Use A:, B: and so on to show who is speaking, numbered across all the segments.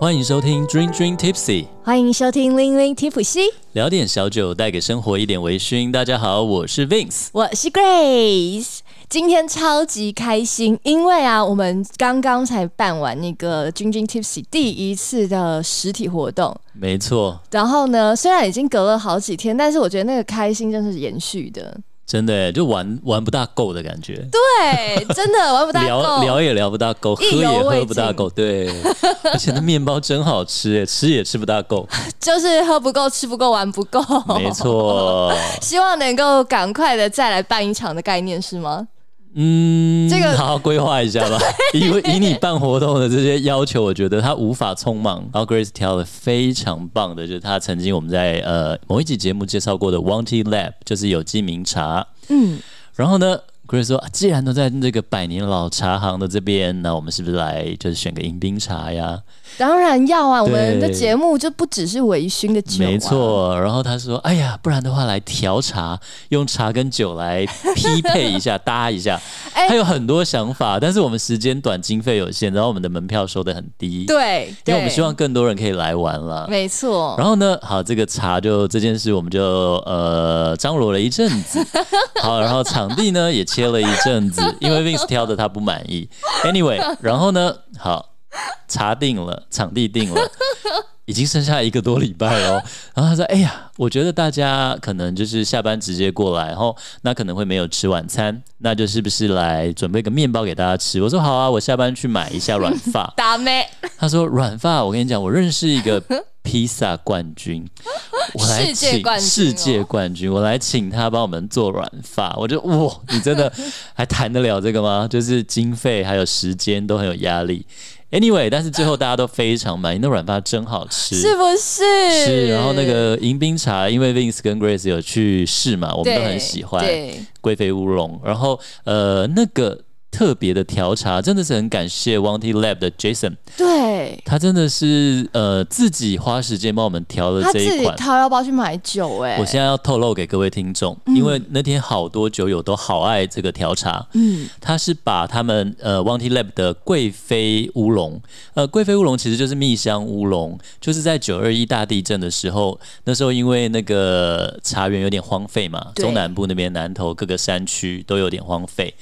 A: 欢迎收听 Dream Dream Tipsy，
B: 欢迎收听《零零提普西》，
A: 聊点小酒，带给生活一点微醺。大家好，我是 Vince。
B: 我是 Grace。今天超级开心，因为啊，我们刚刚才办完那个君君 Tipsy 第一次的实体活动，
A: 没错，
B: 然后呢，虽然已经隔了好几天，但是我觉得那个开心真是延 续的。
A: 真的耶就玩玩不大够的感觉，
B: 对，真的玩不大
A: 聊
B: 够。
A: 聊也聊不大够，喝
B: 意
A: 也
B: 犹未
A: 喝不大
B: 尽
A: 够， 对。而且那面包真好吃耶，吃也吃不大够，
B: 就是喝不够、吃不够、玩不够。
A: 没错。
B: 希望能够赶快的再来办一场的概念是吗？
A: 嗯，
B: 这个
A: 好好规划一下吧。 以为以你办活动的这些要求，我觉得他无法匆忙。然后 Grace 挑了非常棒的，就是他曾经我们在呃某一集节目介绍过的 Wanty Lab，就是有机名茶。
B: 嗯，
A: 然后呢，Grace 说，啊既然都在这个百年老茶行的这边，那我们是不是来就是选个迎宾茶呀？
B: 当然要啊，我们的
A: 对
B: 节目就不只是微醺的酒、啊，
A: 没。错。然后他说，哎呀，不然的话来调茶，用茶跟酒来匹配一下，搭一下。
B: 哎
A: 他有很多想法，但是我们时间短，经费有限，然后我们的门票收的很低，
B: 对，
A: 因
B: 对，
A: 为我们希望更多人可以来玩了。
B: 没错，
A: 然后呢，好，这个茶就这件事，我们就呃张罗了一阵子。好，然后场地呢也切了一阵子，因为 Vince 挑的他不满意。Anyway，然后呢，好，茶定了，场地定了，已经剩下一个多礼拜了哦。然后他说：“哎呀，我觉得大家可能就是下班直接过来，然后那可能会没有吃晚餐，那就是不是来准备个面包给大家吃？”我说：“好啊，我下班去买一下软发。”
B: 达妹
A: 他说软发，我跟你讲，我认识一 个披萨冠军，我来请
B: 世界冠军哦
A: 世界冠军我来请他帮我们做软发。我就哇，你真的还谈得了这个吗？就是经费还有时间都很有压力。Anyway，但是最后大家都非常满意，那软发真好吃。
B: 是不是？
A: 是然后那个迎宾茶，因为 Vince 跟 Grace 有去试嘛，我
B: 我
A: 们都很喜欢。
B: 对，
A: 龟飞乌龙，然后呃那个特别的调茶，真的是很感谢 Wanty Lab 的 Jason，
B: 对，
A: 他真的是呃自己花时间帮我们调了
B: 他
A: 这
B: 自
A: 一
B: 己
A: 款。
B: 掏腰包去买酒、哎，
A: 我现在要透露给各位听众，因为那天好多酒友都好爱这个调茶。
B: 嗯，
A: 他是把他们呃 Wanty Lab 的贵妃乌龙，呃贵妃乌龙其实就是蜜香乌龙，就是在九二一大地震的时候，那时候因为那个茶园有点荒废嘛，
B: 对
A: 中南部那边南投各个山区都有点荒废。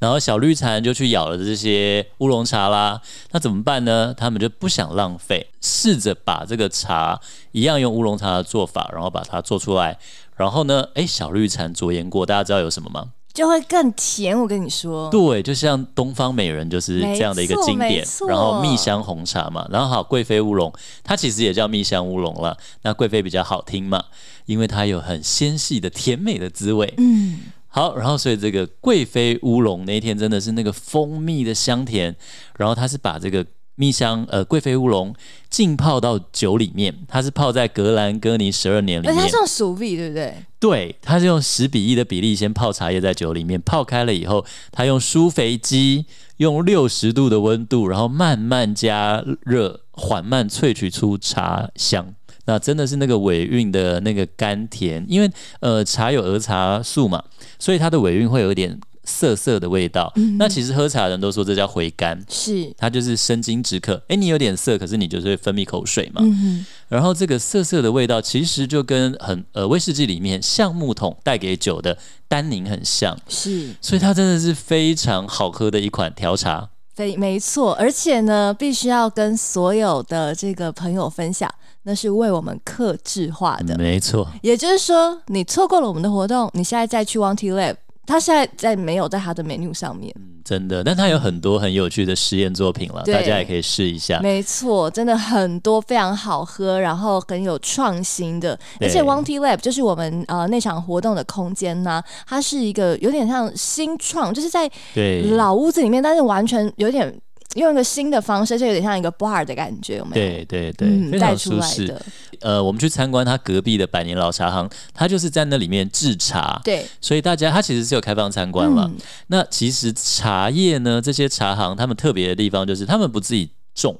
A: 然后小绿蝉就去咬了这些乌龙茶啦，那怎么办呢？他们就不想浪费，试着把这个茶一样用乌龙茶的做法，然后把它做出来。然后呢，诶，小绿蝉着研过，大家知道有什么吗？
B: 就会更甜。我跟你说，
A: 对，就像东方美人就是这样的一个经
B: 没
A: 典，
B: 错
A: 然后蜜香红茶嘛，然后好贵妃乌龙，它其实也叫蜜香乌龙了。那贵妃比较好听嘛，因为它有很纤细的甜美的滋味。
B: 嗯，
A: 好，然后所以这个贵妃乌龙那一天真的是那个蜂蜜的香甜，然后它是把这个蜜香呃贵妃乌龙浸泡到酒里面，它是泡在格兰哥尼十二年里
B: 而且它
A: 面
B: 是，用熟币，对不对？
A: 对，它是用十比一的比例先泡茶叶在酒里面，泡开了以后，它用疏肥机用六十度的温度，然后慢慢加热，缓慢萃取出茶香。那真的是那个尾韵的那个甘甜，因为呃茶有儿茶素嘛，所以它的尾韵会有一点涩涩的味道。那其实喝茶的人都说这叫回甘，
B: 是，
A: 它就是生津止渴。诶，你有点涩，可是你就是会分泌口水嘛。
B: 嗯
A: 然后这个涩涩的味道，其实就跟很呃威士忌里面橡木桶带给酒的单宁很像，
B: 哼，是
A: 所以它真的是非常好喝的一款调
B: 嗯
A: 茶。
B: 非没错。而且呢，必须要跟所有的这个朋友分享，那是为我们克制化的。
A: 没错，
B: 也就是说，你错过了我们的活动，你现在再去 Wanty Lab，它现在在没有在它的 menu 上面。
A: 真的。但它有很多很有趣的实验作品了，
B: 对
A: 大家也可以试一下。
B: 没错，真的很多非常好喝，然后很有创新的。
A: 对
B: 而且 Wanty Lab 就是我们呃那场活动的空间呢、它是一个有点像新创，就是在
A: 对，
B: 老屋子里面，但是完全有点用一个新的方式，就有点像一个 bar 的感觉，有没有？
A: 对对对，非
B: 嗯，带
A: 常
B: 出
A: 舒
B: 来
A: 适。
B: 的，
A: 呃，我们去参观它隔壁的百年老茶行，它就是在那里面制茶，
B: 对，
A: 所以大家它其实是有开放参观了。
B: 嗯，
A: 那其实茶叶呢，这些茶行他们特别的地方就是他们不自己种，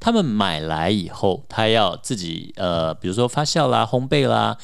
A: 他们买来以后，他要
B: 嗯
A: 自己呃，比如说发酵啦、烘焙啦，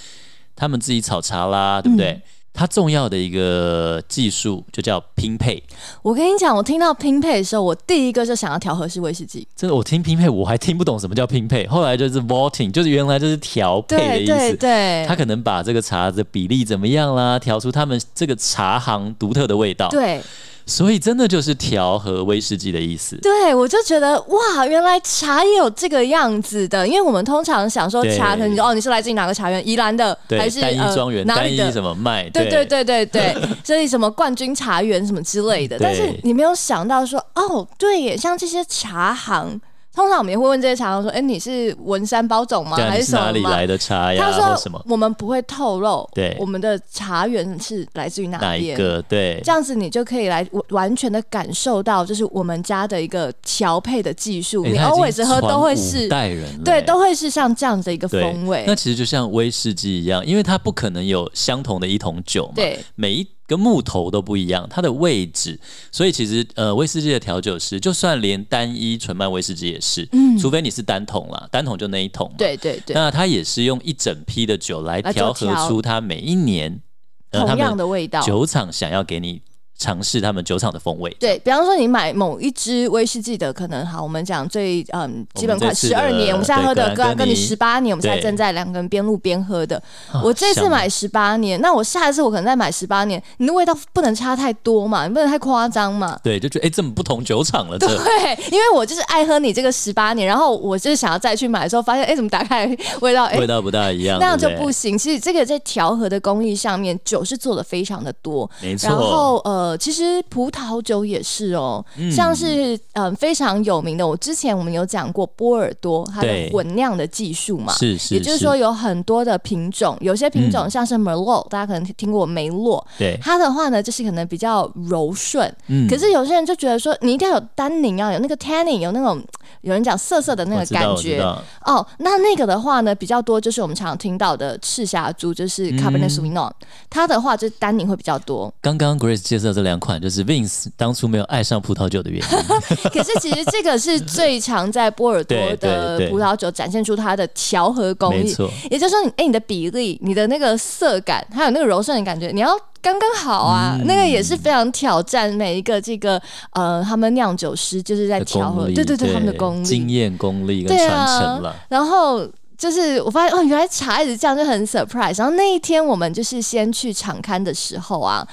A: 他们自己炒茶啦，对不对？它重要的一个技术就叫拼配。
B: 我跟你讲，我听到拼配的时候，我第一个就想要调和式威士忌。
A: 真的，我听拼配我还听不懂什么叫拼配，后来就是 vaulting，就是原来就是调配的
B: 对
A: 意思。
B: 对对
A: 他，可能把这个茶的比例怎么样啦，调出他们这个茶行独特的味道。
B: 对
A: 所以真的就是调和威士忌的意思。
B: 对，我就觉得哇，原来茶也有这个样子的。因为我们通常想说
A: 对
B: 茶，可能你说哦，你是来自于哪个茶园？宜兰的
A: 对
B: 还，是
A: 单一庄园、
B: 呃、哪
A: 单
B: 里
A: 一
B: 的？
A: 什么卖？
B: 对对对对对， 所以什么冠军茶园什么之类的，
A: 对
B: 但是你没有想到说，哦，对耶，像这些茶行，通常我们也会问这些茶行说，哎，你是文山包种吗？
A: 对啊，
B: 还
A: 你
B: 什
A: 哪
B: 么
A: 里
B: 吗？
A: 来的茶呀，
B: 他
A: 或什
B: 说
A: 么
B: 我们不会透露，
A: 对
B: 我们的茶园是来自于
A: 哪一
B: 边。
A: 个？对，
B: 这样子你就可以来完完全的感受到，就是我们家的一个调配的技术，
A: 诶
B: 你
A: 哎他已经
B: always 喝
A: 传
B: 都会
A: 五
B: 是，
A: 代人了
B: 对，
A: 欸
B: 都会是像这样子的一个
A: 对
B: 风味
A: 那。其实就像威士忌一样，因为它不可能有相同的一桶酒嘛，
B: 对，
A: 每一个木头都不一样，它的位置，所以其实呃，威士忌的调酒师，就算连单一纯麦威士忌也是，除非你是单桶啦，单桶就那一桶嘛，
B: 嗯对对对，
A: 那它也是用一整批的酒来
B: 来做
A: 调和
B: 调
A: 出它每一年呃他
B: 同样
A: 们
B: 的味道。
A: 酒厂想要给你尝试他们酒厂的风味。
B: 对比方说，你买某一支威士忌的，可能好，我们讲最嗯基本款
A: 这次
B: 十
A: 的
B: 二年，我们现在喝的
A: 对格
B: 格
A: 兰根
B: 兰根
A: 尼
B: 尼十八年，我们现在
A: 对
B: 正在两个人边录边喝的。
A: 啊
B: 我这次
A: 香
B: 买十八年，那我下一次我可能再买十八年，你的味道不能差太多嘛，你不能太夸张嘛。
A: 对，就觉得哎、这么不同酒厂了，这
B: 对，因为我就是爱喝你这个十八年，然后我就是想要再去买的时候，发现哎，怎么打开味道哎
A: 味道不大一样，
B: 那样就
A: 对
B: 不
A: 对
B: 行。其实这个在调和的工艺上面，酒是做的非常的多。
A: 没错。
B: 然后呃，其实葡萄酒也是哦，像是嗯、呃非常有名的，我之前我们有讲过波尔多它的
A: 对
B: 混酿的技术嘛。
A: 是是，嗯
B: 也就是说，，有很多的品种，有些品种像是 Merlot，、大家可能听过梅洛，
A: 对，
B: 它的话呢，就是可能比较柔顺。
A: 嗯
B: 可是有些人就觉得说，你一定要有单宁，要有那个 tannin，有那种有人讲涩涩的那
A: 我
B: 个
A: 知道
B: 感
A: 我知
B: 觉。
A: 道
B: 哦，那那个的话呢，比较多就是我们常听到的赤霞珠，就是
A: 嗯
B: Cabernet Sauvignon，、它的话就是单宁会比较 多。
A: 刚刚 Grace 介绍这两款，就是 Vince 当初没有爱上葡萄酒的原 因。
B: 可是其实这个是最常在波尔多
A: 对对
B: 的
A: 对
B: 葡萄酒展现出它的调和工
A: 没
B: 艺，
A: 错，
B: 也就是说你，哎，你的比例、你的那个色感，还有那个柔顺的感觉，你要刚刚好啊。
A: 嗯
B: 那个也是非常挑战每一个这个呃，他们酿酒师就是在
A: 的
B: 调和，
A: 功力，
B: 对对对，他们的功力
A: 经。验、功力跟
B: 对
A: 传
B: 啊
A: 承了。
B: 然后就是我发现哦，原来茶一直这样就很 surprise。然后那一天我们就是先去场刊的时候啊，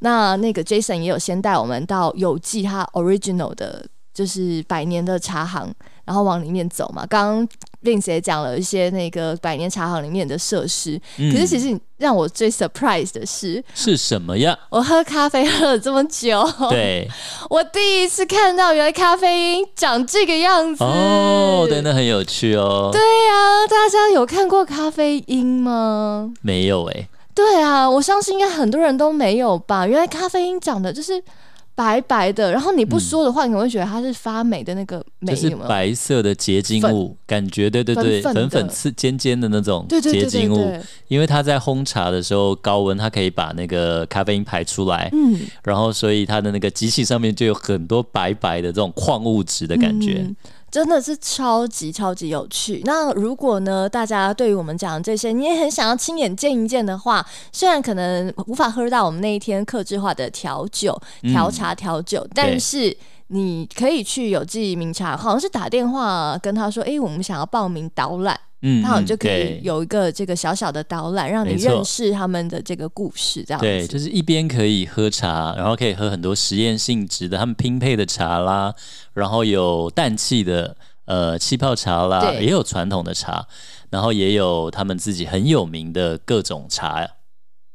B: 那那个 Jason 也有先带我们到有记他 original 的，就是百年的茶行，然后往里面走嘛。刚刚 Vince 也讲了一些那个百年茶行里面的设施，
A: 嗯
B: 可是其实让我最 surprise 的是，
A: 是什么呀？
B: 我喝咖啡喝了这么久，
A: 对，
B: 我第一次看到原来咖啡因长这个样子
A: 哦，对，那很有趣哦。对，
B: 对啊，大家有看过咖啡因吗？
A: 没有哎，
B: 对啊，我相信应该很多人都没有吧。原来咖啡因长得就是白白的，然后你不说的话，你可能会觉得它是发霉的那个霉，
A: 就是
B: 有没有？
A: 白色的结晶物，感觉对对对，
B: 粉粉
A: 粉
B: 的
A: 粉刺尖尖的那种
B: 对对
A: 结
B: 对对
A: 晶物
B: 对，，
A: 因为它在烘茶的时候高温，它可以把那个咖啡因排出来，
B: 嗯，
A: 然后所以它的那个机器上面就有很多白白的这种矿物质的感觉。
B: 嗯真的是超级超级有趣。那如果呢，大家对于我们讲的这些，你也很想要亲眼见一见的话，虽然可能无法喝到我们那一天克制化的调酒、
A: 嗯
B: 调茶、调酒，但是。你可以去有记名茶，好像是打电话跟他说：“诶，我们想要报名导览，
A: 嗯
B: 他好像
A: 嗯
B: 就可以
A: 对
B: 有一个这个小小的导览，让你
A: 没错
B: 认识他们的这个故事。”这样子
A: 对，就是一边可以喝茶，然后可以喝很多实验性质的他们拼配的茶啦，然后有氮气的呃气泡茶啦，
B: 对
A: 也有传统的茶，然后也有他们自己很有名的各种茶。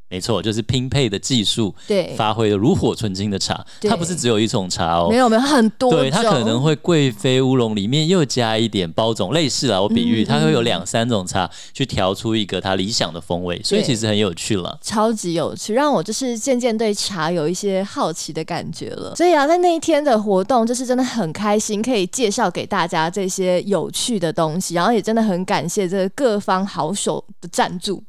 A: 没错，就是拼配的技术
B: 对，
A: 发挥的炉火纯青的茶，
B: 对
A: 它不是只有一种茶哦
B: 没。有没有很多种，
A: 对，它可能会贵妃乌龙里面又加一点包种，类似啦，我比喻，
B: 嗯
A: 它会有两三种茶去调出一个它理想的风味，所以
B: 对
A: 其实很有趣了。
B: 超级有趣，让我就是渐渐对茶有一些好奇的感觉了。所以啊，在那一天的活动，就是真的很开心，可以介绍给大家这
A: 嗯
B: 些有趣的东西，然后也真的很感谢这个各方好手的赞助。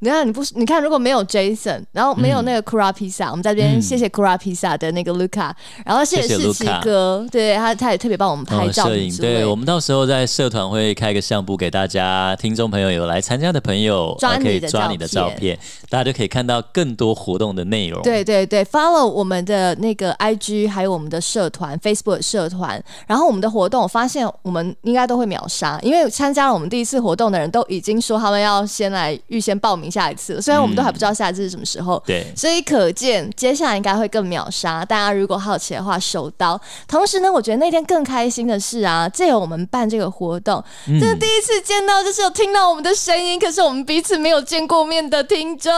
B: 你看，你不，你看，如果没有 Jason，然后没有那个 Kura Pizza，、我们在这边谢谢 Kura Pizza 的那个 Luca，然后谢
A: 谢谢
B: 世奇
A: Luca
B: 哥，对他，他也特别帮我们拍
A: 哦，
B: 照、
A: 摄影，对我们到时候在社团会开个相簿给大家，听众朋友有来参加的朋友，
B: 抓
A: 呃可以
B: 你的
A: 抓
B: 照
A: 你的照
B: 片
A: 片，大家就可以看到更多活动的内容。
B: 对对对，follow 我们的那个 IG，还有我们的社团 Facebook 社团，然后我们的活动，我发现我们应该都会秒杀，因为参加了我们第一次活动的人都已经说他们要先来预先报名下一次了，虽然我们都还不知道下一次是什么时候。
A: 对
B: 所以可见，接下来应该会更秒杀。大家如果好奇的话，手刀。同时呢，我觉得那天更开心的是啊，借由我们办这个活动，
A: 嗯
B: 真的第一次见到，就是有听到我们的声音，可是我们彼此没有见过面的听众。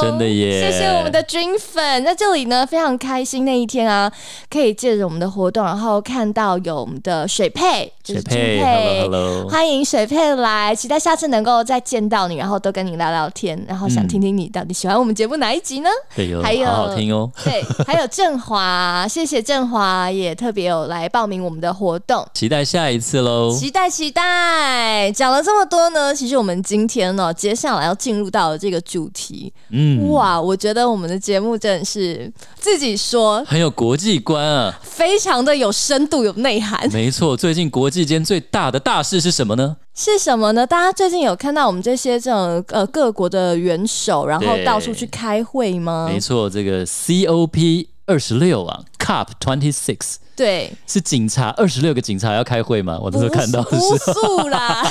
A: 真的耶
B: 谢谢我们的军粉，在这里呢非常开心。那一天啊，可以借着我们的活动，然后看到有我们的水配，就是
A: 水
B: 军
A: 配
B: 配
A: ，Hello Hello，
B: 欢迎水配来，期待下次能够再见到你，然后多跟你聊聊天，然后
A: 嗯
B: 想听听你到底喜欢我们节目哪一集呢？
A: 对哟，
B: 还有
A: 哎好好听哦。
B: 对，还有振华，谢谢振华也特别有来报名我们的活动。
A: 期待下一次喽！
B: 期待期待，讲了这么多呢，其实我们今天呢、接下来要进入到这个主题。
A: 嗯，
B: 哇，我觉得我们的节目真的是自己说，
A: 很有国际观 啊，
B: 非常的有深度、有内涵。
A: 没错。最近国际间最大的大事是什么呢？
B: 是什么呢？大家最近有看到我们这些这种呃各国的元首，然后
A: 对
B: 到处去开会吗？
A: 没错，这个 COP 二十六啊，COP twenty six
B: 对，
A: 是警察二十六个警察要开会吗？我那时候看到的
B: 不
A: 是。
B: 素啦。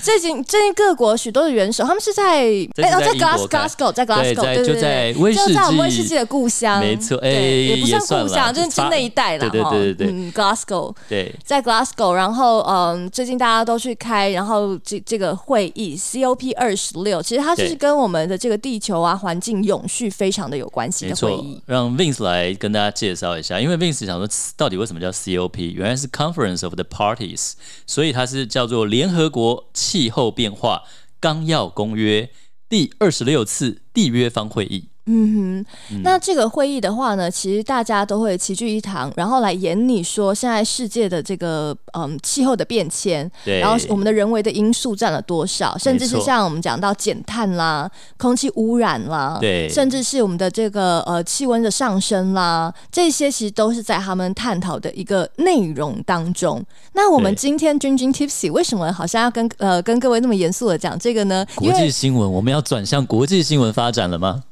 B: 最近最近各国许多的元首，他们是在
A: 这是在
B: 哦在
A: 英国
B: Glas
A: 开
B: Glasgow，在
A: 对
B: Glasgow，
A: 在
B: 对对
A: 就
B: 对
A: 在
B: 对
A: 威士
B: 就在我们
A: 忌
B: 威士忌的故乡，
A: 没错
B: 对
A: 哎
B: 也不
A: 也
B: 算故
A: 算啦
B: 乡，就是
A: 就发
B: 那一带
A: 对
B: 啦。
A: 对
B: 哈
A: 对对对
B: 嗯，Glasgow。
A: 对，
B: 在 Glasgow，然后嗯，最近大家都去开，然后这这个会议 COP 二十六，其实它就是
A: 对
B: 跟我们的这个地球啊、环境永续非常的有关系
A: 没
B: 的会
A: 错
B: 议。，
A: 让 Vince 来跟大家介绍一下，因为 Vince 想说到底为什么叫 COP，原来是 Conference of the Parties，所以它是叫做联合国气候变化纲要公约第二十六次缔约方会议。
B: 嗯哼，那这个会议的话呢，其实大家都会齐聚一堂，然后来研拟说现在世界的这个嗯气候的变迁，
A: 对，
B: 然后我们的人为的因素占了多少，甚至是
A: 没错
B: 像我们讲到减碳啦、空气污染啦，
A: 对
B: 甚至是我们的这个呃气温的上升啦，这些其实都是在他们探讨的一个内容当中。那我们
A: 对
B: 今天君君 Tipsy 为什么好像要跟呃跟各位那么严肃的讲这个呢？因
A: 国际
B: 为
A: 新闻，我们要转向国际新闻发展了 吗？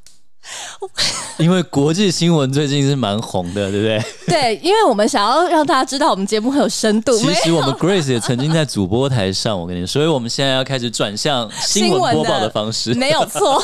A: 因为国际新闻最近是蛮红的，对不对？
B: 对，因为我们想要让大家知道我们节目很有深度，
A: 其实我们 Grace 也曾经在主播台上，我跟你，所以我们现在要开始转向新
B: 新
A: 闻
B: 闻
A: 播报
B: 的
A: 的方式。
B: 没有 错。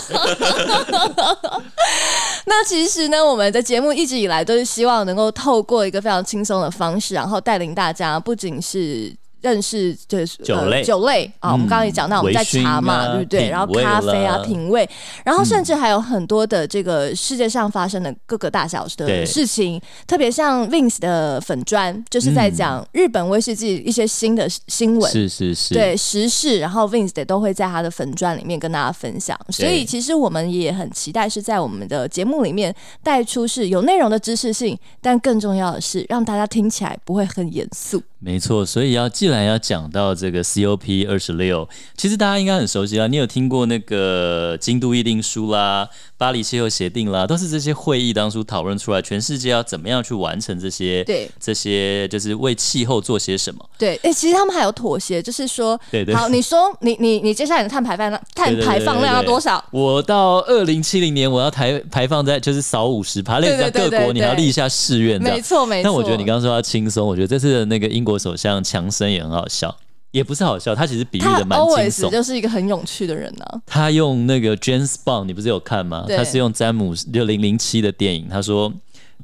B: 那其实呢，我们的节目一直以来都是希望能够透过一个非常轻松的方式，然后带领大家，不仅是。认识就是呃
A: 酒类嗯
B: 酒类啊，我们刚刚也讲到我们在茶
A: 微
B: 嘛，
A: 醺啊
B: 对不对？
A: 品味
B: 然后咖啡啊，
A: 啦
B: 品味，然后甚至还有很多的这个世界上发生的各个大小的
A: 对
B: 事情，特别像 Vince 的粉砖，就是
A: 嗯
B: 在讲日本威士忌一些新的新闻，
A: 是是是，
B: 对时事，然后 Vince 也都会在他的粉钻里面跟大家分享，所以其实我们也很期待是在我们的节目里面带出是有内容的知识性，但更重要的是让大家听起来不会很严肃。
A: 没错，所以要既然要讲到这个 COP 二十六，其实大家应该很熟悉啦。你有听过那个京都议定书啦、巴黎气候协定啦，都是这些会议当初讨论出来，全世界要怎么样去完成这些
B: 对
A: 这些，就是为气候做些什么。
B: 对，哎、其实他们还有妥协，就是说，
A: 对对
B: 好，你说你你你接下来的碳排放量碳
A: 对对
B: 排放量要
A: 对对
B: 多少？
A: 我到二零七零年，我要台排放在就是少五十趴，类似
B: 对对
A: 像各
B: 对对
A: 国你还要
B: 对
A: 立下誓愿这样
B: 没。错没错。
A: 但我觉得你刚刚说要轻松，我觉得这次的那个英国首相强森也很好笑，也不是好笑，他其实比喻
B: 他
A: 的蛮轻
B: always
A: 松。
B: 就是一个很有趣的人呢、
A: 他用那个 James Bond，你不是有看吗？
B: 对
A: 他是用詹姆六零零七的电影，他说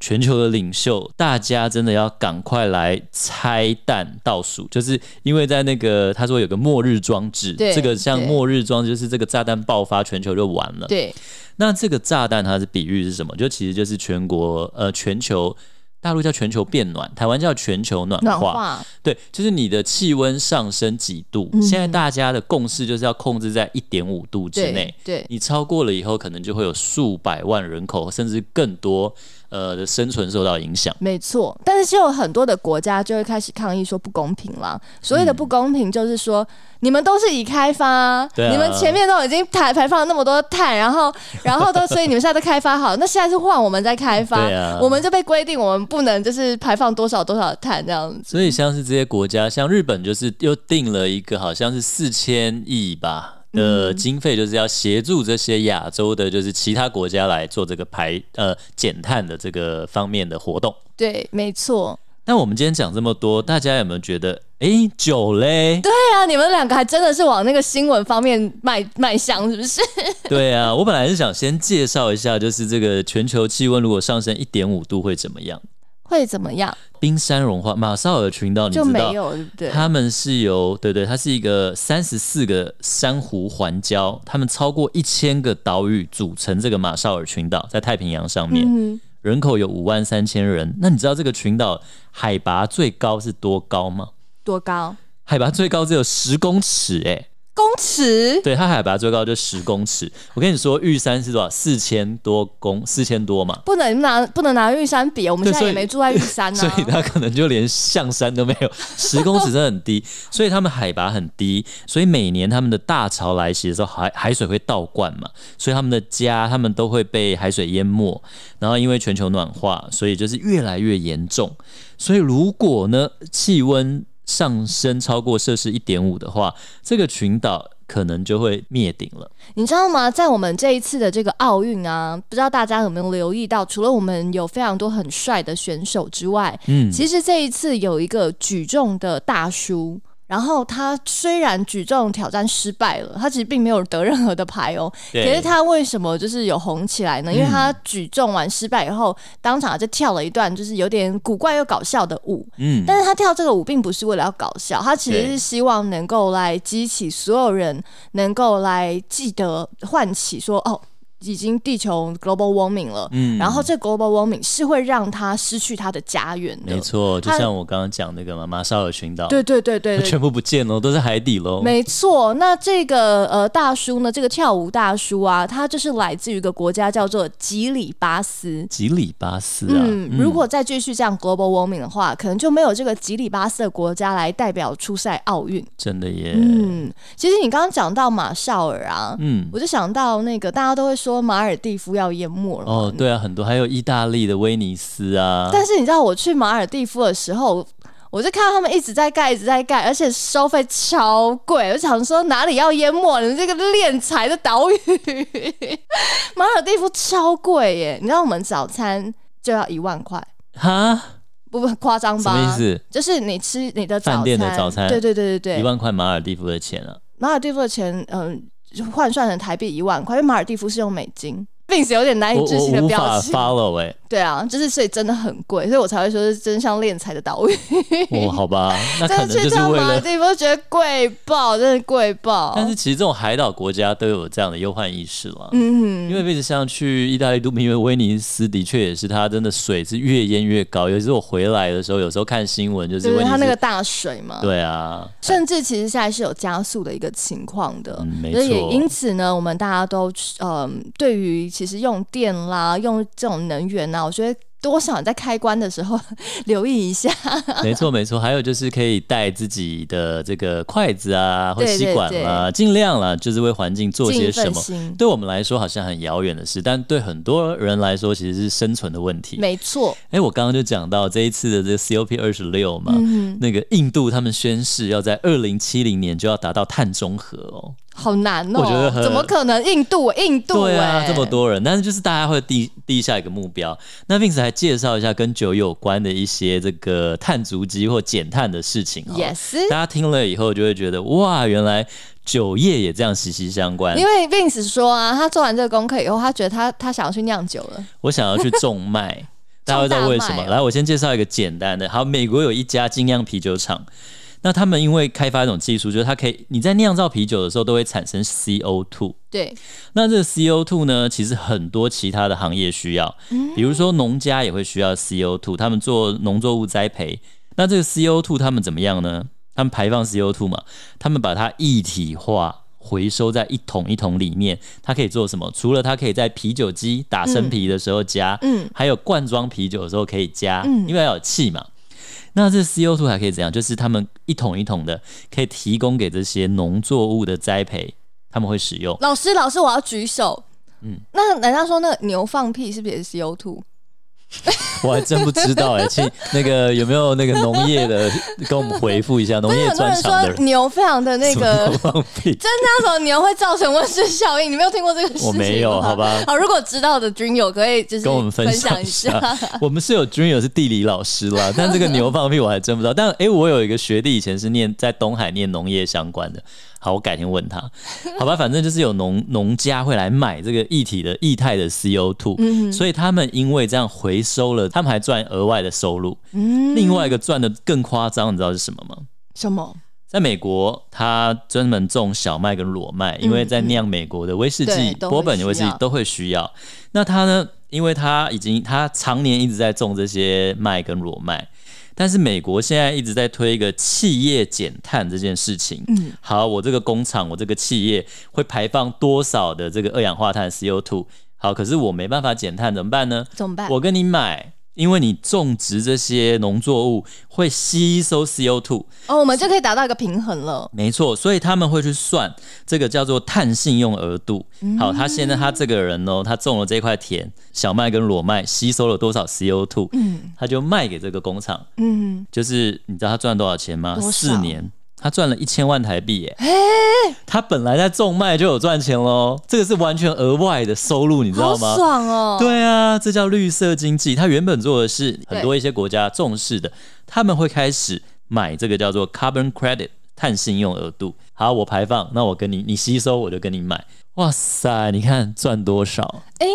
A: 全球的领袖，大家真的要赶快来拆弹倒数，就是因为在那个他说有个末日装置，
B: 对
A: 这个像
B: 对
A: 末日装置就是这个炸弹爆发，全球就完了。
B: 对，
A: 那这个炸弹它是比喻是什么？就其实就是全国呃全球。大陆叫全球变暖，台湾叫全球暖
B: 暖
A: 化。
B: 化，嗯
A: 对，就是你的气温上升几度，现在大家的共识就是要控制在一点五度之内
B: 对。对
A: 你超过了以后，可能就会有数百万人口，甚至更多，呃的生存受到影响。
B: 没错，但是就有很多的国家就会开始抗议说不公平啦。所谓的
A: 嗯
B: 不公平，就是说、你们都是已开发、
A: 对啊
B: 你们前面都已经排排放了那么多碳，然后 然后都所以你们现在都开发好，那现在是换我们在开发，
A: 对啊
B: 我们就被规定我们不能就是排放多少多少碳这样子。
A: 所以像是这些国家，像日本就是又定了一个好像是四千亿吧
B: 嗯
A: 的经费，就是要协助这些亚洲的，就是其他国家来做这个排呃减碳的这个方面的活动。
B: 对，没错。
A: 那我们今天讲这么多，大家有没有觉得诶久嘞？
B: 对啊，你们两个还真的是往那个新闻方面迈迈向，是不是？
A: 对啊，我本来是想先介绍一下，就是这个全球气温如果上升一点五度会怎么样？
B: 会怎么样？
A: 冰山融化，马绍尔群岛你
B: 就
A: 知
B: 没
A: 道，
B: 有，对不对？
A: 他们是由对对，它是一个三十四个珊瑚环礁，他们超过一千个岛屿组成这个马绍尔群岛，在太平洋上面，
B: 嗯
A: 人口有五万三千人。那你知道这个群岛海拔最高是多高吗？
B: 多高？
A: 海拔最高只有十公尺、欸，
B: 公尺？
A: 对，它海拔最高就十公尺。我跟你说，玉山是多少？四千多公，四千多嘛。
B: 不能拿不能拿玉山比，我们
A: 对
B: 现在
A: 所以
B: 也没住在玉山啊 呢、
A: 所以它可能就连象山都没有， 十公尺真的很低，所以他们海拔很低，所以每年他们的大潮来袭的时候，海海水会倒灌嘛，所以他们的家他们都会被海水淹没，然后因为全球暖化，所以就是越来越严重，所以如果呢气温上升超过摄氏一点五的话，这个群岛可能就会灭顶了。
B: 你知道吗？在我们这一次的这个奥运啊，不知道大家有没有留意到，除了我们有非常多很帅的选手之外，
A: 嗯，
B: 其实这一次有一个举重的大叔。然后他虽然举重挑战失败了，他其实并没有得任何的牌哦。可
A: 对嗯
B: 是他为什么就是有红起来呢？因为他举重完失败以后，当场就跳了一段就是有点古怪又搞笑的舞。
A: 嗯，
B: 但是他跳这个舞并不是为了要搞笑，他其实是希望能够来激起所有人能够来记得唤起说哦。已经地球 global warming 了，
A: 嗯
B: 然后这 global warming 是会让他失去他的家园的，
A: 没错，就
B: 它
A: 像我刚刚讲那个嘛，马绍尔群岛，
B: 对对对对对
A: 全部不见了，都是海底喽。
B: 没错，那这个呃大叔呢，这个跳舞大叔啊，他就是来自于一个国家叫做吉里巴斯。
A: 吉里巴斯啊，
B: 嗯，如果再继续这样 global warming 的话，可能就没有这个吉里巴斯的国家来代表出赛奥运。
A: 真的耶，
B: 嗯，其实你刚刚讲到马绍尔啊，
A: 嗯，
B: 我就想到那个大家都会说马尔蒂夫要淹没了嘛
A: 哦，对啊，很多，还有意大利的威尼斯啊，
B: 但是你知道我去马尔蒂夫的时候，我就看到他们一直在盖，一直在盖，而且收费超贵。我想说哪里要淹没你们这个敛财的岛屿？ 马尔蒂夫超贵耶！你知道我们早餐就要一万块，
A: 哈，
B: 不不夸张
A: 什
B: 吧？
A: 么意思？
B: 就是你吃你的早餐，
A: 饭店的早餐
B: 对对对对
A: 一
B: 对，
A: 万块马尔蒂夫的钱啊，
B: 马尔蒂夫的钱，嗯、就换算成台币一万块，因为马尔蒂夫是用美金。并且有点难以
A: 我
B: 置
A: 我
B: 哎信的
A: 无
B: 表
A: 法
B: 情，
A: follow 哎、
B: 对啊，就是所以真的很贵，所以我才会说是真像敛财的岛屿。
A: 哦，好 吧，那可
B: 真
A: 能
B: 的
A: 就
B: 去
A: 是
B: 到
A: 为
B: 马尔
A: 了。嗯
B: 地夫觉得贵爆，真的贵爆。
A: 但是其实这种海岛国家都有这样的忧患意识了，
B: 嗯，
A: 因为为什像去意大利度蜜月，威尼斯的确也是，它真的水是越淹越高。尤其是我回来的时候，有时候看新闻就是
B: 就
A: 威
B: 是
A: 尼
B: 它
A: 斯，
B: 那个大水嘛，
A: 对啊，
B: 甚至其实现在是有加速的一个情况的。
A: 嗯没
B: 所以也
A: 错
B: 因此呢，我们大家都嗯，对于其实用电啦，用这种能源啊，我觉得多少在开关的时候 留意一下。
A: 没错没错，还有就是可以带自己的这个筷子啊，或
B: 对
A: 吸
B: 对
A: 管
B: 对
A: 啊，尽量啦，就是为环境做些
B: 尽
A: 什
B: 份
A: 么。
B: 心，
A: 对我们来说好像很遥远的事，但对很多人来说其实是生存的问题。
B: 没错，
A: 哎，我刚刚就讲到这一次的这个 COP 二十六嘛，
B: 嗯，
A: 那个印度他们宣誓要在二零七零年就要达到碳中和哦。
B: 好难哦，
A: 我觉得很
B: 怎么可能？印度，印度、欸，
A: 对啊，这么多人，但是就是大家会定定下一个目标。那 Vince 还介绍一下跟酒有关的一些这个碳足迹或减碳的事情哦。
B: ，yes，
A: 大家听了以后就会觉得哇，原来酒业也这样息息相关
B: 因。为 Vince 说啊，他做完这个功课以后，他觉得他他想要去酿酒了。
A: 我想要去种麦， 大家会知道为什么？
B: 种大麦哦
A: 来，我先介绍一个简单的。好，美国有一家精酿啤酒厂，那他们因为开发一种技术，就是它可以你在酿造啤酒的时候都会产生 CO two。
B: 对，
A: 那这个 CO2 呢，其实很多其他的行业需要，比如说农家也会需要 CO2，他们做农作物栽培。那这个 CO2 他们怎么样呢？他们排放 CO2 嘛，他们把它一体化，回收在一桶一桶里面，它可以做什么？除了它可以在啤酒机打生啤的时候加，
B: 嗯嗯
A: 还有灌装啤酒的时候可以加，因为要有气嘛。那这 CO2 还可以怎样？就是他们一桶一桶的可以提供给这些农作物的栽培，他们会使用。
B: 老师，老师，我要举手。嗯，那难道说那个牛放屁是不是也是 CO two？
A: 我还真不知道哎、请那个有没有那个农业的跟我们回复一下，农业
B: 很多
A: 专
B: 人
A: 长的
B: 说
A: 人。
B: 牛非常的那个，
A: 什么放屁
B: 真的那种牛会造成温室效应，你没有听过这个事情吗
A: 我没有好吧
B: 好，如果知道的军友可以就是
A: 跟我们分
B: 享
A: 享一下。 我们是有 Junior 是地理老师啦，但这个牛放屁我还真不知道。但诶，我有一个学弟以前是念在东海念农业相关的，好，我改天问他。好吧，反正就是有农农家会来买这个液体的液态的 CO2，、所
B: 嗯
A: 以他们因为这样回收了，他们还赚额外的收入。
B: 嗯
A: 另外一个赚的更夸张，你知道是什么吗？
B: 什么？
A: 在美国，他专门种小麦跟裸麦，因为在酿美国的威士忌
B: 嗯对、都会
A: 波本的威士
B: 需
A: 忌
B: 要
A: 都会需要。那他呢，因为他已经他常年一直在种这些麦跟裸麦，但是美国现在一直在推一个企业减碳这件事情。嗯，好，我这个工厂，我这个企业会排放多少的这个二氧化碳 （CO2）？好，可是我没办法减碳，怎么办呢？
B: 怎么办？
A: 我跟你买。因为你种植这些农作物会吸收 CO2，
B: 哦，我们就可以达到一个平衡了。
A: 没错，所以他们会去算这个叫做碳信用额度。
B: 嗯
A: 好，他现在他这个人哦，他种了这块田，小麦跟裸麦吸收了多少 CO2，
B: 嗯
A: 他就卖给这个工厂。
B: 嗯，
A: 就是你知道他赚了多少钱吗？
B: 多少
A: 四年，他赚了一千万台币耶！他本来在种麦就有赚钱喽，这个是完全额外的收入，你知道
B: 好
A: 吗？
B: 爽哦。，
A: 对啊，这叫绿色经济。它原本做的是很多一些国家重视的，他们会开始买这个叫做 carbon credit 碳信用额度。好，我排放，那我跟你你吸收，我就跟你买。哇塞，你看赚多 少？
B: 哎，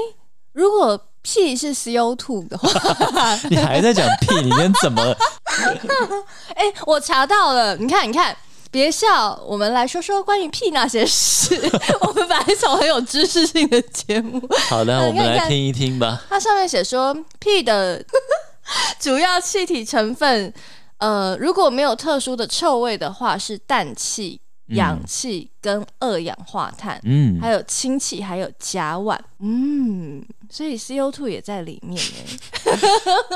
B: 如果屁是 CO two 的话，
A: 你还在讲屁？你今天怎么了？
B: 哎、我查到了，你看，你看。别笑，我们来说说关于屁那些事。我们本来从很有知识性的节目，
A: 好的，
B: 看
A: 我们来听一听吧。
B: 它上面写说屁的 主要气体成分，呃，如果没有特殊的臭味的话，是氮气、氧气跟二氧化碳，
A: 嗯，
B: 还有氢气，还有甲烷。嗯，所以 CO2 也在里面欸耶。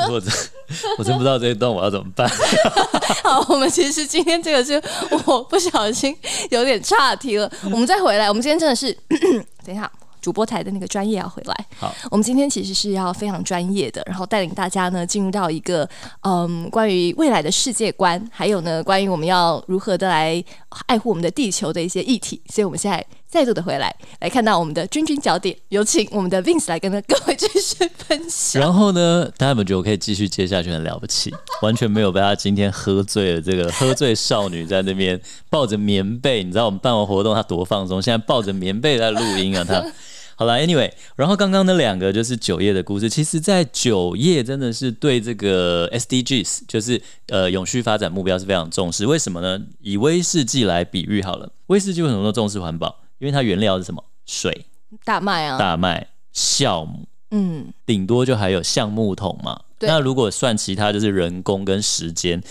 A: 我真 我真不知道这一段我要怎么办。
B: 好，我们其实今天这个是我不小心有点岔题了，我们再回来。我们今天真的是， 等一下，主播台的那个专业要回来。
A: 好，
B: 我们今天其实是要非常专业的，然后带领大家呢进入到一个嗯关于未来的世界观，还有呢关于我们要如何的来爱护我们的地球的一些议题。所以我们现在再度的回来，来看到我们的君君角点，有请我们的 Vince 来跟各位继续分享。
A: 然后呢，大家有没有觉得我可以继续接下去很了不起？完全没有被他今天喝醉了，这个喝醉少女在那边抱着棉被，你知道我们办完活动她多放松，现在抱着棉被在录音啊，她。好了，Anyway，然后刚刚那两个就是酒业的故事，其实，在酒业真的是对这个 SDGs，就是呃永续发展目标是非常重视。为什么呢？以威士忌来比喻好了，威士忌为什么说重视环保？因为它原料是什么？水、
B: 大麦啊，
A: 大麦、酵母。
B: 嗯，
A: 顶多就还有橡木桶嘛。
B: 对
A: 那如果算其他就是人工跟时间，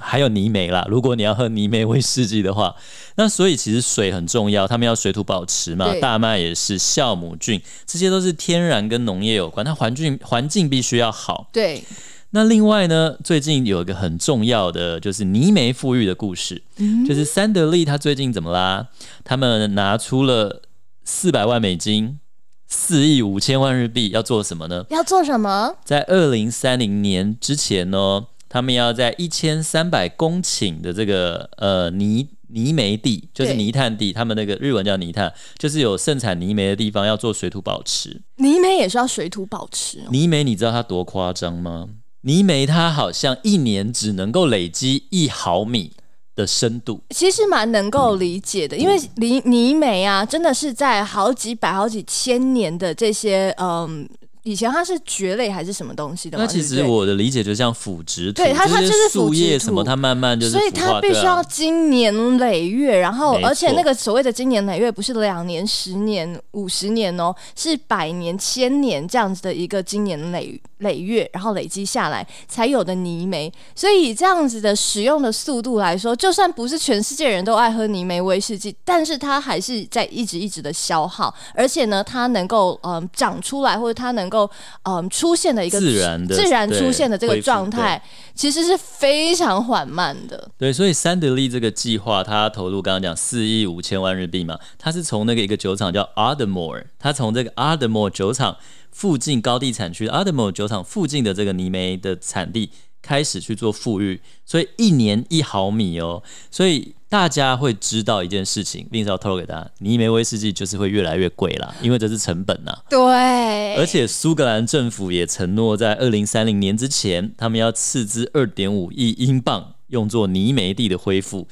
A: 还有泥煤啦。如果你要喝泥煤威士忌的话，那所以其实水很重要，他们要水土保持嘛。
B: 对
A: 大麦也是，酵母菌这些都是天然跟农业有关，它环境环境必须要好。
B: 对，
A: 那另外呢，最近有一个很重要的就是泥煤富裕的故事，
B: 嗯
A: 就是三得利他最近怎么啦？他们拿出了四百万美金。四亿五千万日币要做什么呢？
B: 要做什么？
A: 在二零三零年之前呢，他们要在一千三百公顷的这个呃泥泥煤地，就是
B: 对
A: 泥炭地，他们那个日文叫泥炭，就是有盛产泥煤的地方要做水土保持。
B: 泥煤也是要水土保持哦。
A: 泥煤你知道它多夸张吗？泥煤它好像一年只能够累积一毫米的深度，
B: 其实蛮能够理解的，因为泥泥煤啊，真的是在好几百、好几千年的这些嗯以前它是蕨类还是什么东西的嘛？
A: 那其
B: 对
A: 实
B: 不对
A: 我的理解就像腐殖土，
B: 对它它
A: 就
B: 就是腐
A: 树
B: 殖
A: 叶
B: 土
A: 什么，它慢慢就是
B: 所以
A: 腐化
B: 它必须
A: 对啊
B: 要经年累月，然后
A: 没错
B: 而且那个所谓的经年累月不是两年、十年、五十年哦，是百年、千年这样子的一个经年累累月，然后累积下来才有的泥煤。所以以这样子的使用的速度来说，就算不是全世界人都爱喝泥煤威士忌，但是它还是在一直一直的消耗，而且呢，它能够嗯长出来或者它能够嗯出现的一个
A: 自然的
B: 自然出现的这
A: 对
B: 个
A: 恢复
B: 状态，其实是非常缓慢的。
A: 对，所以三得利这个计划，它投入刚刚讲四亿五千万日币嘛，它是从那个一个酒厂叫 Ardmore，它从这个 Ardmore 酒厂附近高地产区 Ardmore 酒厂附近的这个泥煤的产地开始去做富裕，所以一年一毫米哦，所以大家会知道一件事情，并是要透露给大家，泥煤威士忌就是会越来越贵啦，因为这是成本呐、
B: 对，
A: 而且苏格兰政府也承诺，在二零三零年之前，他们要斥资二点五亿英镑用作泥煤地的恢复。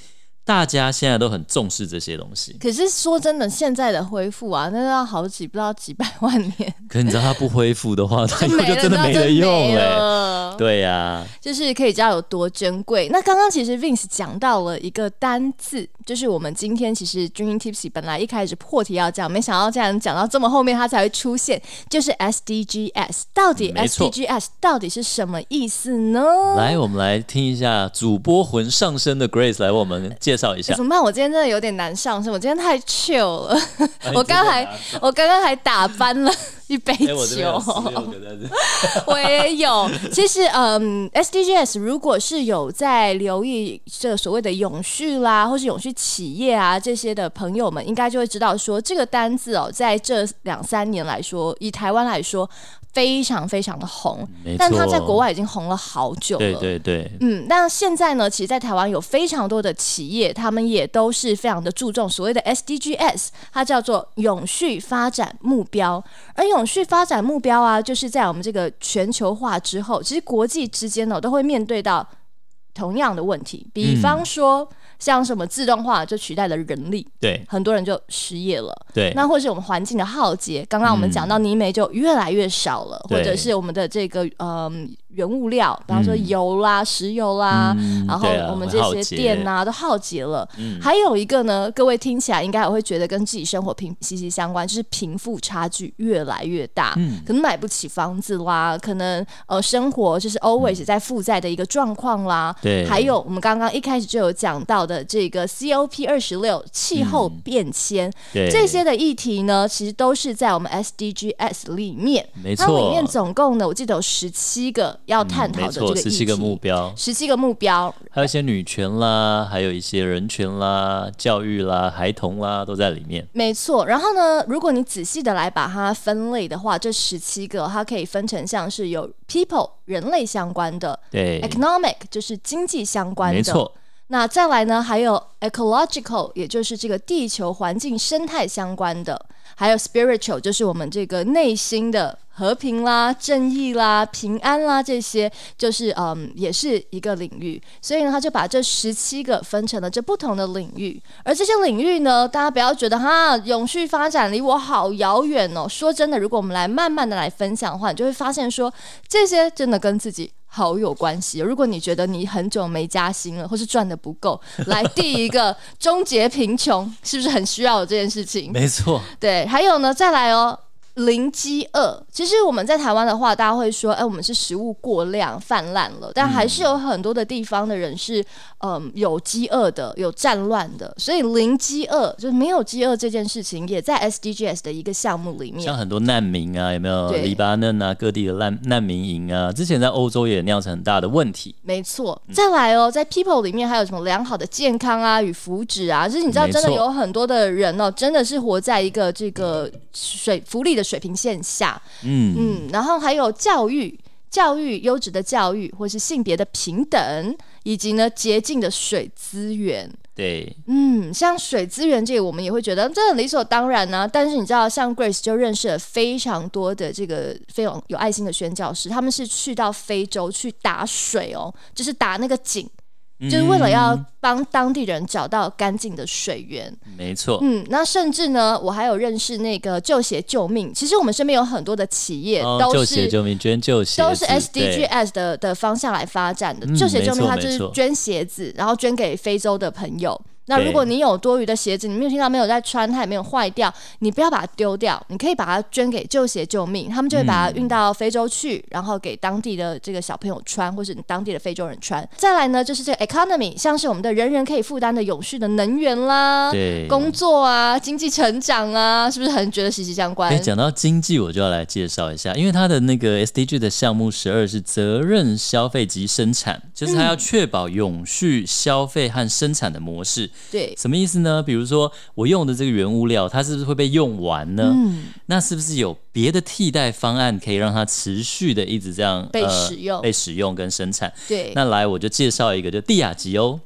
A: 大家现在都很重视这些东西，
B: 可是说真的，现在的恢复啊，那要好几不知道几百万 年，
A: 可是你知道它不恢复的 话，它以后
B: 没
A: 就
B: 了
A: 真的没得用欸
B: 哎、
A: 了。对呀、
B: 就是可以知道有多珍贵。那刚刚其实 Vince 讲到了一个单字，就是我们今天其实 Dream Tipsy 本来一开始破题要讲，没想到竟然讲到这么后面它才会出现，就是 SDGs。到底
A: 没错
B: SDGs 到底是什么意思呢？
A: 来，我们来听一下主播魂上身的 Grace 来为我们介绍一下
B: 欸。怎么办？我今天真的有点难上身，我今天太 chill 了。我刚还
A: 哎
B: 我刚刚还打翻了 一哦杯酒，
A: 我这边有16个在这，
B: 我也有。其实，嗯，SDGs 如果是有在留意这所谓的永续啦，或是永续企业啊这些的朋友们，应该就会知道说，这个单字哦，在这两三年来说，以台湾来说，非常非常的红，
A: 没错
B: 但它在国外已经红了好久了。
A: 对对对，
B: 嗯，那现在呢，其实，在台湾有非常多的企业，他们也都是非常的注重所谓的 SDGs，它叫做永续发展目标。而永续发展目标啊，就是在我们这个全球化之后，其实国际之间呢、都会面对到同样的问题，比方说、像什么自动化就取代了人力，
A: 对
B: 很多人就失业了。
A: 对，嗯
B: 那或是我们环境的浩劫，刚刚我们讲到泥煤就越来越少了，
A: 对
B: 或者是我们的这个嗯原物料，比方说油啦、石油啦，
A: 嗯
B: 然后
A: 对啊
B: 我们
A: 很
B: 这
A: 耗
B: 些
A: 竭
B: 电呐、都耗竭了。
A: 嗯
B: 还有一个呢，各位听起来应该也会觉得跟自己生活平息息相关，就是贫富差距越来越大，
A: 嗯
B: 可能买不起房子啦，可能呃生活就是 always 在负债的一个状况啦，
A: 嗯对
B: 还有我们刚刚一开始就有讲到的这个 COP 二十六气候
A: 嗯
B: 变迁。
A: 对
B: 这些的议题呢，其实都是在我们 SDGs 里面。
A: 没
B: 它里
A: 错嗯
B: 面总共呢，我记得有十七个要探讨
A: 没
B: 的这个
A: 错，
B: 议题，
A: 十七个目标，
B: 十七个目标。
A: 还有一些女权啦，还有一些人权啦、教育啦、孩童啦，都在里面。
B: 没错，然后呢，如果你仔细的来把它分类的话，这十七个它可以分成像是有 people 人类相关的
A: 对，
B: ，economic 就是经济相关的，
A: 没错，
B: 那再来呢，还有 ecological，也就是这个地球环境生态相关的，还有 spiritual，就是我们这个内心的和平啦、正义啦、平安啦，这些就是嗯，也是一个领域。所以呢，他就把这十七个分成了这不同的领域，而这些领域呢，大家不要觉得哈，永续发展离我好遥远哦。说真的，如果我们来慢慢的来分享的话，你就会发现说，这些真的跟自己好有关系。哦如果你觉得你很久没加薪了，或是赚的不够，来第一个终结贫穷，是不是很需要有这件事情？
A: 没错，
B: 对，还有呢，再来哦。零饥饿，其实我们在台湾的话，大家会说，哎、我们是食物过量泛滥了，但还是有很多的地方的人是，嗯，有饥饿的，有战乱的，所以零饥饿就是没有饥饿这件事情，也在 SDGs 的一个项目里面
A: 像。很多难民啊，有没有
B: 对
A: 黎巴嫩啊，各地的难难民营啊，之前在欧洲也酿成很大的问题。
B: 没错，
A: 嗯
B: 再来哦，在 People 里面还有什么良好的健康啊与福祉啊？就是你知道，
A: 没
B: 真的
A: 错
B: 有很多的人哦，真的是活在一个这个水福利的水平线下。
A: 嗯，
B: 嗯，然后还有教育。教育优质的教育，或是性别的平等，以及呢洁净的水资源，
A: 对，
B: 嗯，像水资源这个，我们也会觉得这很理所当然呢、但是你知道，像 Grace 就认识了非常多的这个非常有爱心的宣教师，他们是去到非洲去打水哦，就是打那个井，就是为了要
A: 嗯
B: 帮当地人找到干净的水源。
A: 没错，
B: 嗯，那甚至呢，我还有认识那个救协救命。其实我们身边有很多的企业
A: 哦
B: 嗯都
A: 救
B: 是、
A: 鞋救命捐救鞋子，
B: 都是
A: 对
B: SDGs 的的方向来发展的。
A: 嗯
B: 救鞋救
A: 没错
B: 命，它就是
A: 没错
B: 捐鞋子，然后捐给非洲的朋友。那
A: 对
B: 如果你有多余的鞋子，你没有听到没有在穿，它也没有坏掉，你不要把它丢掉，你可以把它捐给救鞋救命，他们就会
A: 嗯
B: 把它运到非洲去，然后给当地的这个小朋友穿，或是当地的非洲人穿。再来呢，就是这个 economy，像是我们的人人可以负担的永续的能源啦，
A: 对
B: 工作啊，经济成长啊，是不是很觉得息息相关
A: 哎，？讲到经济，我就要来介绍一下，因为它的那个 SDG 的项目十二是责任消费及生产，就是
B: 嗯
A: 它要确保永续消费和生产的模式。
B: 对，
A: 什么意思呢？比如说我用的这个原物料，它是不是会被用完呢？
B: 嗯
A: 那是不是有别的替代方案可以让它持续的一直这样呃
B: 被使用
A: 被使用跟生产？
B: 对，
A: 那来我就介绍一个，就蒂亚吉欧。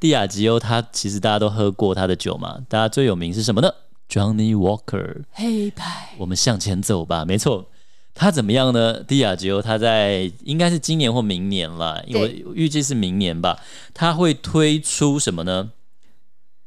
A: 蒂亚吉欧，哦它其实大家都喝过它的酒嘛，大家最有名是什么呢？Johnny Walker。
B: 黑白，
A: 我们向前走吧。没错，他怎么样呢？迪亚吉欧他在应该是今年或明年了，我
B: 对
A: 预计是明年吧。他会推出什么呢？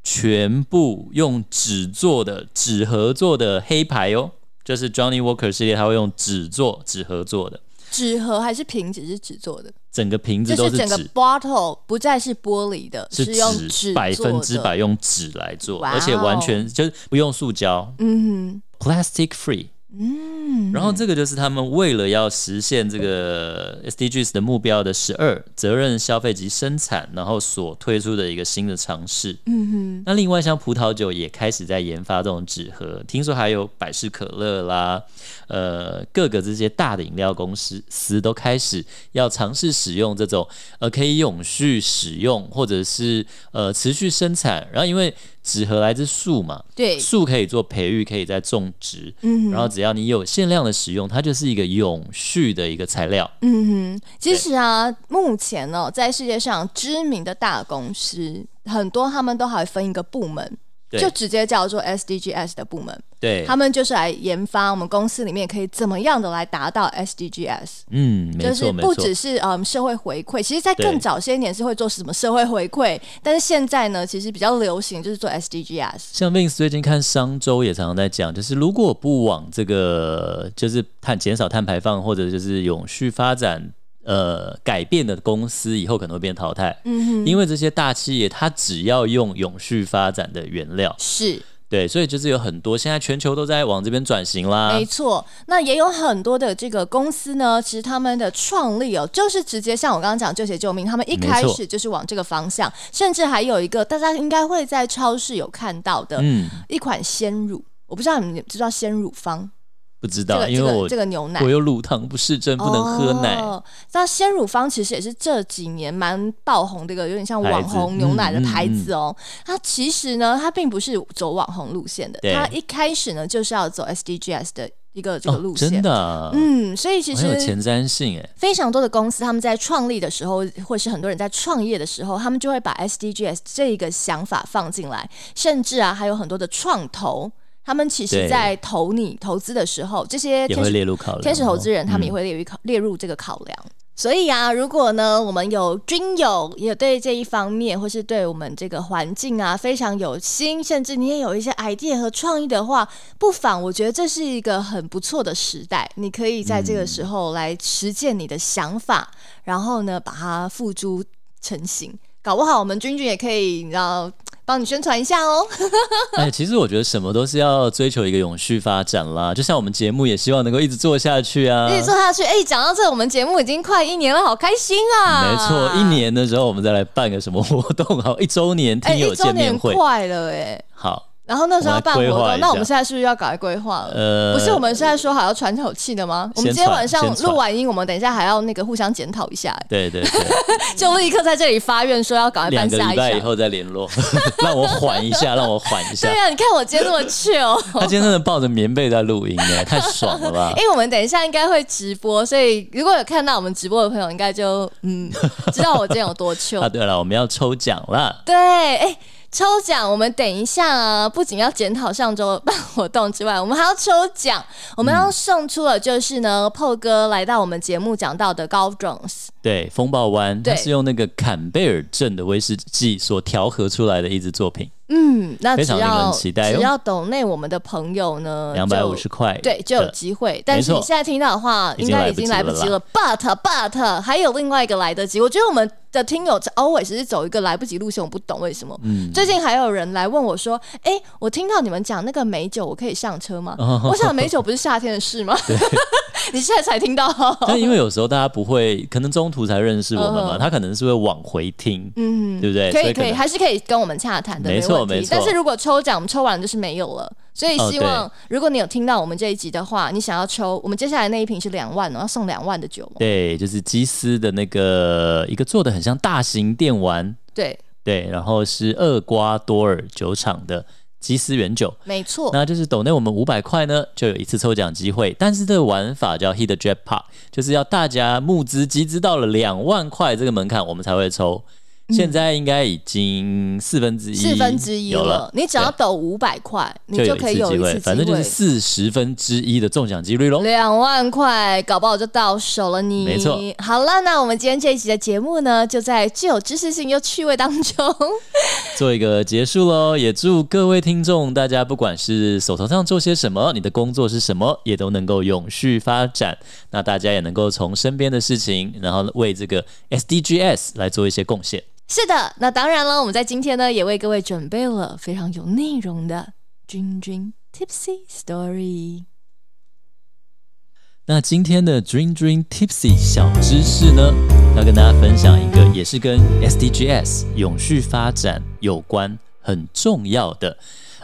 A: 全部用纸做的、纸盒做的黑牌哦，就是 Johnny Walker 系列，他会用纸做、纸盒做的，
B: 纸盒还是瓶子是纸做的？
A: 整个瓶子都
B: 就是
A: 是
B: 整个
A: 纸。
B: bottle 不再是玻璃的，
A: 是
B: 用纸
A: 百
B: 做
A: 分
B: 的
A: 之百。用纸来做，
B: 哇哦
A: 而且完全就是不用塑胶，
B: 嗯
A: plastic free。嗯，然后这个就是他们为了要实现这个 SDGs 的目标的十二责任消费及生产，然后所推出的一个新的尝试。
B: 哼，嗯
A: 那另外像葡萄酒也开始在研发这种纸盒，听说还有百事可乐啦，呃，各个这些大的饮料公司司都开始要尝试使用这种呃可以永续使用或者是呃持续生产，然后因为纸盒来自树嘛，
B: 哼，对，
A: 树可以做培育，可以再种植，
B: 嗯
A: 然后只要你有限量的使用，它就是一个永续的一个材料。
B: 嗯哼。其实啊，目前哦，在世界上知名的大公司，很多他们都还分一个部门。
A: 对
B: 就直接叫做 SDGs 的部门，
A: 对，
B: 他们就是来研发我们公司里面可以怎么样的来达到 SDGs，
A: 嗯，没
B: 就是
A: 错没
B: 不
A: 错
B: 只，是嗯社会回馈，其实在更
A: 对
B: 早些年是会做什么社会回馈，但是现在呢，其实比较流行就是做 SDGs。
A: 像 Vince 最近看商周也常常在讲，就是如果不往这个就是碳减少碳排放或者就是永续发展呃改变的公司，以后可能会变淘汰。
B: 嗯哼，
A: 因为这些大企业，它只要用永续发展的原料，
B: 是。
A: 对，所以就是有很多现在全球都在往这边转型啦
B: 没。错，那也有很多的这个公司呢，其实他们的创立哦，就是直接像我刚刚讲救血救命，他们一
A: 没
B: 开
A: 错
B: 始就是往这个方向，甚至还有一个大家应该会在超市有看到的、
A: 嗯，
B: 一款鲜乳，我不知道你们知道鲜乳方
A: 不知
B: 这
A: 道，
B: 个
A: 因
B: 这
A: 为我
B: 个这个牛奶
A: 我。有乳糖不适症，不能喝奶。
B: 哦那鲜乳方其实也是这几年蛮爆红的一个，有点像网
A: 牌子
B: 红牛奶的
A: 嗯
B: 牌子哦。它其实呢，它并不是走网红路线的，
A: 对
B: 它一开始呢就是要走 SDGs 的一个这个路线。
A: 真的、啊，
B: 嗯，所以其
A: 很有
B: 实
A: 前瞻性哎。
B: 非常多的公司，他们在创立的时候，或是很多人在创业的时候，他们就会把 SDGs 这一个想法放进来，甚至啊，还有很多的创投，他们其
A: 对
B: 实在投你投资的时候，这些
A: 也
B: 天
A: 会
B: 使
A: 列入考量哦。
B: 天使投资人，他们也
A: 嗯
B: 会列入考、列入这个考量。所以啊，如果呢，我们有军友也对这一方面，或是对我们这个环境啊非常有心，甚至你也有一些 idea 和创意的话，不妨我觉得这是一个很不错的时代，你可以在这个
A: 嗯
B: 时候来实践你的想法，然后呢把它付诸成型。搞不好我们君君也可以，你知道，帮你宣传一下哦。
A: 哎，其实我觉得什么都是要追求一个永续发展啦，就像我们节目也希望能够一直做下去 啊。
B: 一直做下去，哎，讲到这，我们节目已经快一年了，好开心啊！
A: 没错，一年的时候我们再来办个什么活动好，一周年
B: 哎，
A: 听
B: 一
A: 友
B: 周
A: 见
B: 年
A: 面会，
B: 快了哎、
A: 好，
B: 然后那时候要办活
A: 我们来规划一
B: 动，
A: 下
B: 那我们现在是不是要搞来规划了？
A: 呃
B: 不是，我们现在说好要喘口气的吗？我们今天晚上录完音，我们等一下还要那个互相检讨一下、哎
A: 对对对，
B: 就立刻在这里发愿说要赶快
A: 嗯两
B: 办
A: 个
B: 下
A: 礼
B: 一
A: 拜以
B: 场。
A: 后再联络， 让我缓一下，让我缓一下
B: 对。 啊，你看我今天这么 chill，
A: 他今天真的抱着棉被在录音哎，太爽了 吧
B: 因！为我们等一下应该会直播，所以如果有看到我们直播的朋友， 应该就嗯知道我今天有多 chill
A: 啊，。对了，我们要抽奖啦，
B: 对，哎、抽奖，我们等一下啊，不仅要检讨上周办活动之外，我们还要抽奖。我们要送出的就是
A: 嗯
B: 呢，炮、哥来到我们节目讲到的高 Jones，
A: 对，风暴湾，它
B: 对
A: 是用那个坎贝尔镇的威士忌所调和出来的一支作品，
B: 嗯，那
A: 非
B: 只
A: 常令
B: 要
A: 人期待哟哦
B: 只要懂内我们的朋友呢，
A: 两百五十块。
B: 呃就对就有机会。但是
A: 没错
B: 你现在听到的话，
A: 已
B: 应
A: 经
B: 该
A: 来
B: 已
A: 不
B: 经
A: 及
B: 来不
A: 了
B: 及
A: 啦
B: 了。But but 还有另外一个来得及。我觉得我们的听友 always 是走一个来不及路线，我不懂为什么。
A: 嗯，
B: 最近还有人来问我说：“哎、我听到你们讲那个美酒，我可以上车吗？”我想美酒不是夏天的事 吗？你现在才听到，哦
A: 但因为有时候大家不会，可能中途才认识我们
B: 嗯
A: 嘛，
B: 嗯
A: 他可能是会往回听，
B: 嗯，
A: 对不对
B: 可
A: 所
B: 以
A: 以可
B: 可以，
A: 能
B: 还是可以跟我们洽谈的，
A: 没
B: 问
A: 错
B: 题
A: 没错
B: 但是如果抽奖，我们抽完就是没有了，所以
A: 哦
B: 希望、如果你有听到我们这一集的话，你想要抽，我们接下来那一瓶是两万哦，要送两万的酒哦。
A: 对，就是基斯的那个一个做的很像大型电玩，
B: 对，
A: 对，然后是厄瓜多尔酒厂的基斯原酒。
B: 没错。
A: 那就是抖内我们五百块呢，就有一次抽奖机会，但是这个玩法叫 hit the jackpot，就是要大家募资集资到了两万块这个门槛，我们才会抽。现在应该已经四分之一，
B: 嗯四分之一
A: 有
B: 了
A: 了，，
B: 你只要
A: 对
B: 抖五百块，你
A: 就
B: 可以有
A: 一次
B: 一
A: 机
B: 次
A: 会，
B: 机
A: 反正就是四十分之一的中奖几率喽。
B: 两万块，搞不好就到手了你。
A: 没错。
B: 好了，那我们今天这一集的节目呢，就在具有知识性又趣味当中，
A: 做一个结束喽，也祝各位听众，大家不管是手头上做些什么，你的工作是什么，也都能够永续发展。那大家也能够从身边的事情，然后为这个 SDGs 来做一些贡献。
B: 是的，那当然了，我们在今天呢也为各位准备了非常有内容的君君 Tipsy Story。
A: 那今天的 Dream Dream Tipsy 小知识呢，要跟大家分享一个，也是跟 SDGs 永续发展有关，很重要的，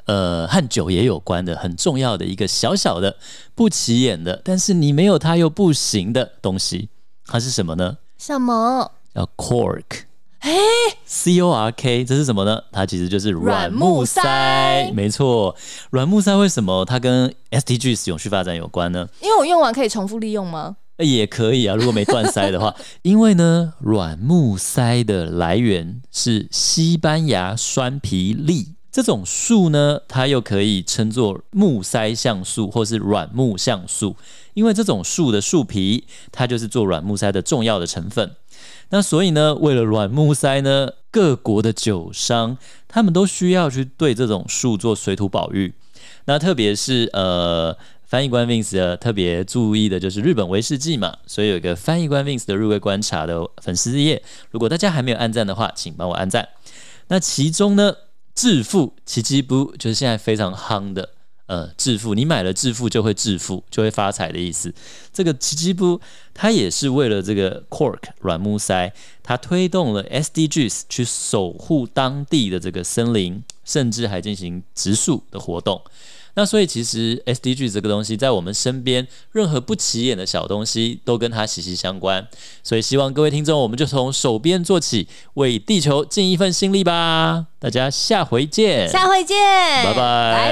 A: 呃，和酒也有关的，很重要的一个小小的、不起眼的，但是你没有它又不行的东西，它是什么呢？
B: 什么？
A: 叫 cork。C O R K，这是什么呢？它其实就是软木塞，
B: 软木塞
A: 没错。软木塞为什么它跟 SDGs 永续发展有关呢？
B: 因为我用完可以重复利用吗？
A: 也可以啊，如果没断塞的话， 因为呢，软木塞的来源是西班牙栓皮栎这种树呢，它又可以称作木塞橡树或是软木橡树，因为这种树的树皮，它就是做软木塞的重要的成分。那所以呢，为了软木塞呢，各国的酒商他们都需要去对这种树做水土保育。那特别是呃，翻译官 Vince 的特别注意的就是日本威士忌嘛，所以有一个翻译官 Vince 的入味观察的粉丝页，如果大家还没有按赞的话，请帮我按赞。那其中呢，致富奇迹不就是现在非常夯的。呃，致富，你买了致富就会致富，就会发财的意思。这个奇迹布，它也是为了这个 cork 软木塞，它推动了 SDGs 去守护当地的这个森林，甚至还进行植树的活动。那所以其实 SDG 这个东西在我们身边，任何不起眼的小东西都跟它息息相关。所以希望各位听众，我们就从手边做起，为地球尽一份心力吧。大家下回见，
B: 下回见，
A: 拜拜
B: 拜拜。